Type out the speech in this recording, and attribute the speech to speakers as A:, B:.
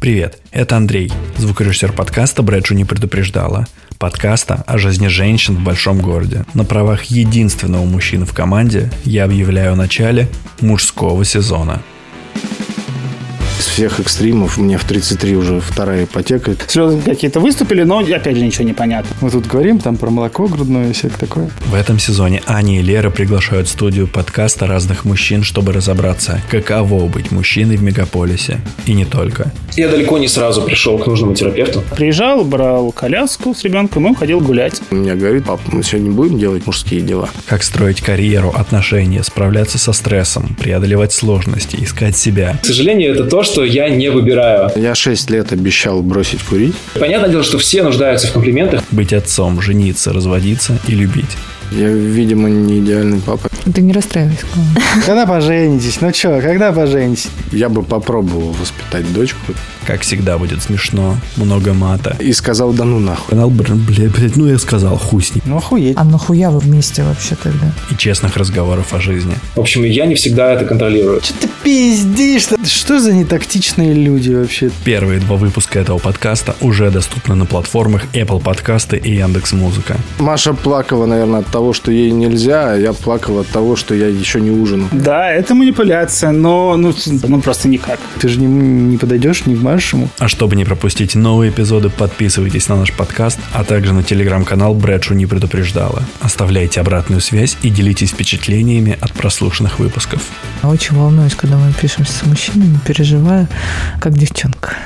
A: Привет, это Андрей, звукорежиссер подкаста «Брэджу не предупреждала», подкаста о жизни женщин в большом городе. На правах единственного мужчины в команде я объявляю о начале мужского сезона.
B: Из всех экстримов у меня в 33 уже вторая ипотека.
C: слезы какие-то выступили, но опять же ничего не понятно.
D: Мы тут говорим там про молоко грудное и всякое такое.
A: В этом сезоне Аня и Лера приглашают в студию подкаста разных мужчин, чтобы разобраться, каково быть мужчиной в мегаполисе. И не только.
E: Я далеко не сразу пришел к нужному терапевту.
C: Приезжал, брал коляску с ребенком и уходил гулять.
B: У меня говорит, пап, мы сегодня будем делать мужские дела.
A: Как строить карьеру, отношения, справляться со стрессом, преодолевать сложности, искать себя.
E: К сожалению, это то, что я не выбираю.
B: Я 6 лет обещал бросить курить.
E: Понятное дело, что все нуждаются в комплиментах.
A: Быть отцом, жениться, разводиться и любить.
B: Я, видимо, не идеальный папа.
F: Ты не расстраивайся. главное.
D: Когда поженитесь? Ну что, когда поженитесь?
B: Я бы попробовал воспитать дочку.
A: Как всегда будет смешно, много мата.
B: И сказал, да ну нахуй.
A: Канал, бр- бля, блядь, ну я сказал, хуй с ним.
D: Ну охуеть.
F: А нахуя вы вместе вообще тогда?
A: И честных разговоров о жизни.
E: В общем, я не всегда это контролирую.
D: Что ты пиздишь? -то? Что за нетактичные люди вообще?
A: Первые два выпуска этого подкаста уже доступны на платформах Apple Подкасты и Яндекс Музыка.
B: Маша плакала, наверное, от того, что ей нельзя, а я плакал от того, что я еще не ужинал.
C: Да, это манипуляция, но ну, ну просто никак.
D: Ты же не, не подойдешь ни к Машему.
A: А чтобы не пропустить новые эпизоды, подписывайтесь на наш подкаст, а также на телеграм-канал Брэдшу не предупреждала. Оставляйте обратную связь и делитесь впечатлениями от прослушанных выпусков.
F: Я Очень волнуюсь, когда мы пишемся с мужчинами, переживаю, как девчонка.